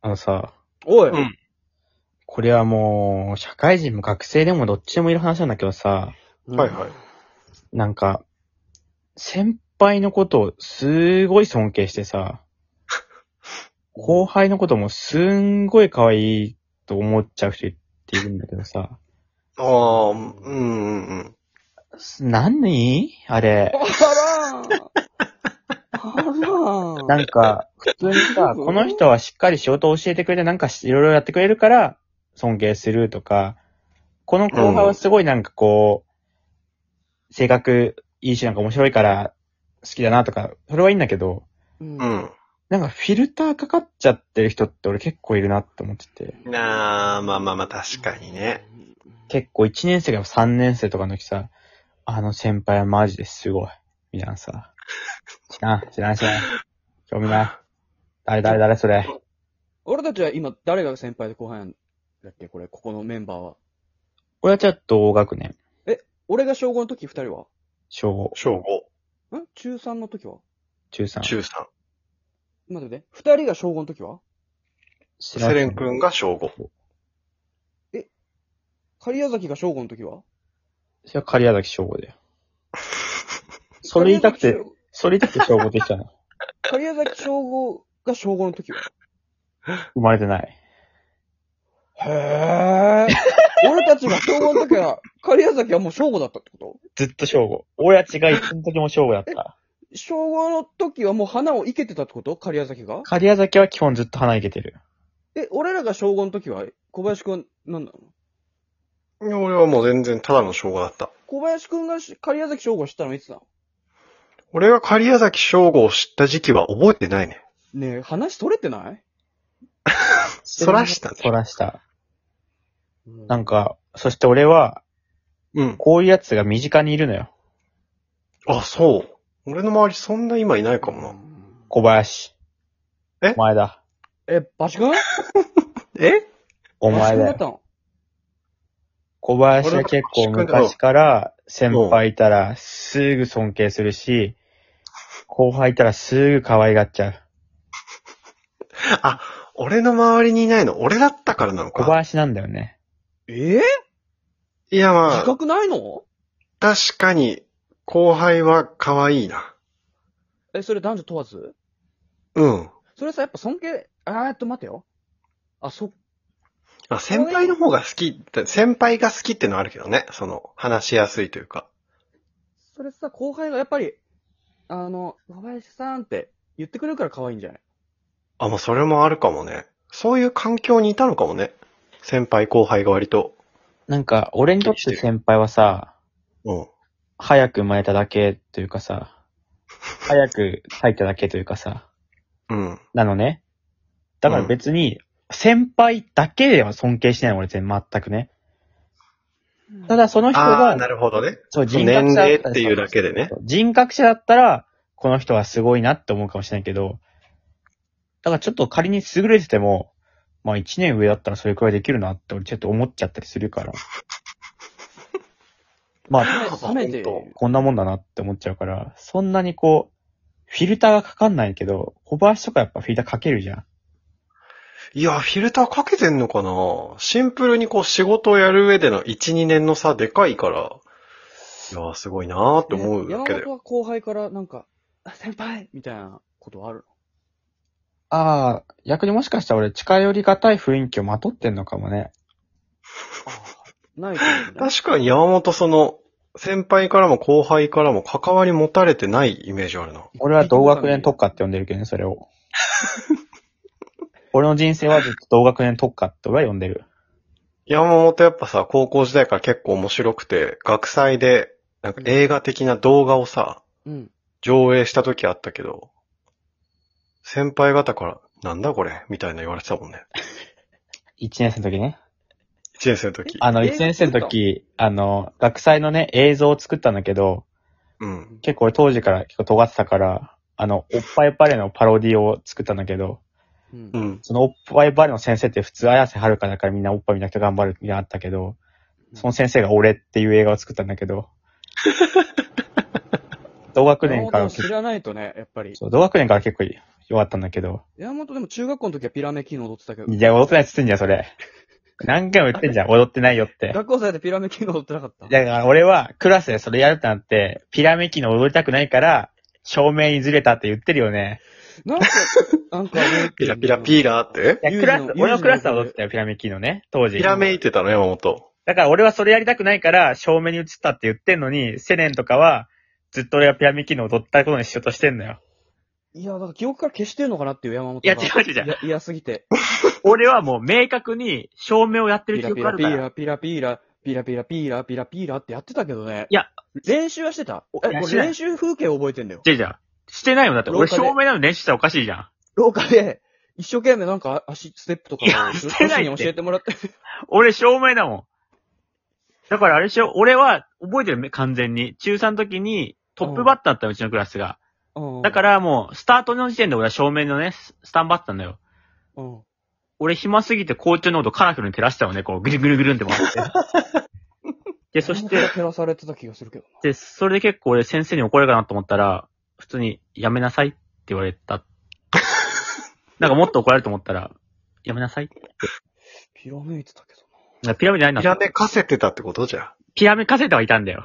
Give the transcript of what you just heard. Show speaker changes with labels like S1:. S1: あのさ、
S2: おい、
S3: うん
S1: これはもう、社会人も学生でもどっちでもいる話なんだけどさ、
S3: はいはい。
S1: なんか、先輩のことをすごい尊敬してさ、後輩のこともすんごい可愛いと思っちゃう人っているんだけどさ、
S3: ああ、うんうんうん。
S1: 何あれ。
S2: あらーあらー
S1: なんか、普通にさ、この人はしっかり仕事を教えてくれて、なんかいろいろやってくれるから、尊敬するとか、この後輩はすごいなんかこう、性格いいし、なんか面白いから好きだなとか、それはいいんだけど、
S2: う
S3: うん。
S2: ん
S1: なんかフィルターかかっちゃってる人って俺結構いるなって思ってて、
S3: なあ、まあまあまあ、確かにね。。
S1: 結構1年生が3年生とかの時さ、あの先輩はマジですごい、みたいなさ、知らん、知らん、知らん、興味ない。誰誰誰それ。
S2: 俺たちは今、誰が先輩で後輩なんだっけこれ、ここのメンバーは。
S1: 俺はちょっと同学年。
S2: 俺が小5の時二人は
S1: 小5、
S3: 小5、
S2: ん中3の時は
S1: 中3。
S3: 中3。
S2: 待って待って。二人が小5の時は
S1: セ
S3: セレン君が小5。
S2: 狩矢崎が小5の時は
S1: それは狩矢崎小5だよ。それ言いたくて、。それ言いたくて小5できたの。
S2: 狩矢崎小5が小5の時は
S1: 生まれてない。
S2: へえ。俺たちが小5の時は、狩矢崎はもう小5だったってこと
S1: ずっと小5。俺は違い、その時も小5だった。
S2: 小5の時はもう花を生けてたってこと狩矢崎が
S1: 狩矢崎は基本ずっと鼻いけてる。
S2: え、俺らが小5の時は、小林くん、なんだろう
S3: いや俺はもう全然ただの小5だった。
S2: 小林くんがし狩矢崎翔吾知ったのいつだ
S3: 俺が狩矢崎小5を知った時期は覚えてないね。
S2: ねえ、話取れてない
S3: そらしたね
S1: そらした。な
S2: なん
S1: か、そして俺は、
S3: うん。
S1: こういう奴が身近にいるのよ。
S3: あ、そう。俺の周りそんな今いないかもな。
S1: 小林。
S3: え
S1: お前だ。
S2: え、バシ君バシ
S3: え
S1: お前
S2: 君
S1: だ
S2: だっ
S1: よ
S2: た。の
S1: 小林は結構昔から先輩いたらすぐ尊敬するし、後輩いたらすぐ可愛がっちゃう。
S3: あ、俺の周りにいないの、俺だったからなの
S1: 小
S3: か。
S1: 林なんだよね。
S2: ええ
S3: いやま
S2: 自
S3: あ、
S2: 覚ないの
S3: 確かに、後輩は可愛いな。
S2: え、それ男女問わず
S3: うん。
S2: それさ、やっぱ尊敬、あーっと待てよ。あ、そっ
S3: まあ、先輩の方が好きって、先輩が好きってのはあるけどね。その、話しやすいというか。
S2: それさ、後輩がやっぱり、あの、小林さんって言ってくれるから可愛いんじゃない
S3: あ、もうそれもあるかもね。そういう環境にいたのかもね。先輩後輩が割と。
S1: なんか、俺にとって先輩はさ、
S3: うん。
S1: 早く生まれただけというかさ、早く入っただけというかさ、
S3: うん。
S1: なのね。だから別に、先輩だけでは尊敬してない俺全然全くね。ただその人
S3: ああー、
S1: が、
S3: なるほどね。
S1: そう、
S3: そう
S1: 人格
S3: 年
S1: 者だ
S3: 齢っ
S1: ったり
S3: ていうだけでね。
S1: 人格者だったら、この人はすごいなって思うかもしれないけど、だからちょっと仮に優れてても、まあ一年上だったらそれくらいできるなって俺ちょっと思っちゃったりする から。まあ、
S2: 冷めて
S3: あ本
S1: こんなもんだなって思っちゃうから、そんなにこう、フィルターがかかんないけど、小林とかやっぱフィルターかけるじゃん。
S3: いや、フィルターかけてんのかなシンプルにこう仕事をやる上での1、2年の差でかいから。いやー、すごいなーって思うだ
S2: 山
S3: けだ
S2: 本
S3: よ。
S2: は後輩からなんか、あ先輩みたいなことはある
S1: ああ、逆にもしかしたら俺近寄りがたい雰囲気をまとってんのかもね。
S2: のないと思うね
S3: 確かに山本その、先輩からも後輩からも関わり持たれてないイメージあるな。
S1: 俺は同学年特化って呼んでるけどね、それ を。俺の人生はずっと同学年特化って俺は呼んでる。
S3: 山本やっぱさ、高校時代から結構面白くて、学祭で、なんか映画的な動画をさ、
S2: うん。
S3: 上映した時あったけど、先輩方から、なんだこれみたいな言われてたもんね。
S1: 一年生の時ね。
S3: 1年生の時。
S1: あの、
S2: え
S1: 一年生の時、あの、学祭のね、映像を作ったんだけど、
S3: うん。
S1: 結構俺当時から結構尖ってたから、あの、おっぱいバレーのパロディを作ったんだけど、
S2: うん
S3: う。ん。
S1: そのおっぱいバレーの先生って普通、綾瀬はるかだからみんなおっぱい見なくて頑張るみたいなのあったけど、 その先生が俺っていう映画を作ったんだけど、同学
S2: 山
S1: 年から
S2: 本を
S1: 結
S2: 知らないとね、やっぱり。
S1: そう、同学年から結構弱ったんだけど。
S2: 山本でも中学校の時はピラメキーノ踊ってたけど。
S1: いや、踊ってないっつってんじゃん、それ。何回も言ってんじゃん、踊ってないよって。
S2: 学校祭でピラメキーノ踊ってなかった。
S1: だから俺はクラスでそれやるってなって、ピラメキの踊りたくないから、照明にずれたって言ってるよね。
S2: なんか、なんかね、
S3: ピラピラピーラーって
S1: いや、
S2: ユ
S1: クラス
S2: ージのユージ、の
S1: 俺のクラスは踊ってたよ、ピラメキのね、当時。
S3: ピラめいてたの、山本。
S1: だから俺はそれやりたくないから、照明に移ったって言ってんのに、セレンとかは、ずっと俺はピラミキの踊ったことにしようとしてんのよ。
S2: いや、だから記憶から消してんのかなっていう山本が。
S1: いや違う違う違う
S2: いや嫌すぎて。
S1: 俺はもう明確に、照明をやってる
S2: ピ
S1: 記
S2: ラ
S1: 憶
S2: ピ
S1: があ
S2: ラ
S1: る
S2: ピ
S1: から。
S2: ラピラピラ、ピラピラピラピラピラってやってたけどね。
S1: いや、
S2: 練習はしてた。え、
S1: いや
S2: こ
S1: し
S2: れ
S1: ない
S2: 練習風景覚えてんだよ。
S1: じゃじゃしてないよ、だって。俺
S2: 廊下で
S1: 照明なのに練習したらおかしいじゃん。
S2: 廊下で、一生懸命なんか足、ステップとか
S1: いや
S2: をずっ
S1: して
S2: と
S1: ないって
S2: に教えてもら って。、
S1: 俺、照明だもん。だからあれしよう、俺は覚えてるね、完全に。中3の時にトップバッターだったの、うちのクラスが。だかららもう、スタートの時点で俺は照明のね、ススタンバってたんだよ。
S2: うん。
S1: 俺暇すぎて校長のことカラフルに照らしてたのね、こう、ぐるぐるぐるんって回 って。で、そし
S2: 山
S1: て
S2: 本が、照らされてた気がするけどな。
S1: で、それで結構俺先生に怒られるかなと思ったら、普通に、やめなさいって言われ た。なんかもっと怒られると思ったら、やめなさいって。
S2: ピラめいてたけどな。
S1: なんかピラミッドないんだ
S3: ピラめかせてたってことじゃん。
S1: ピラメカセタはいたんだよ。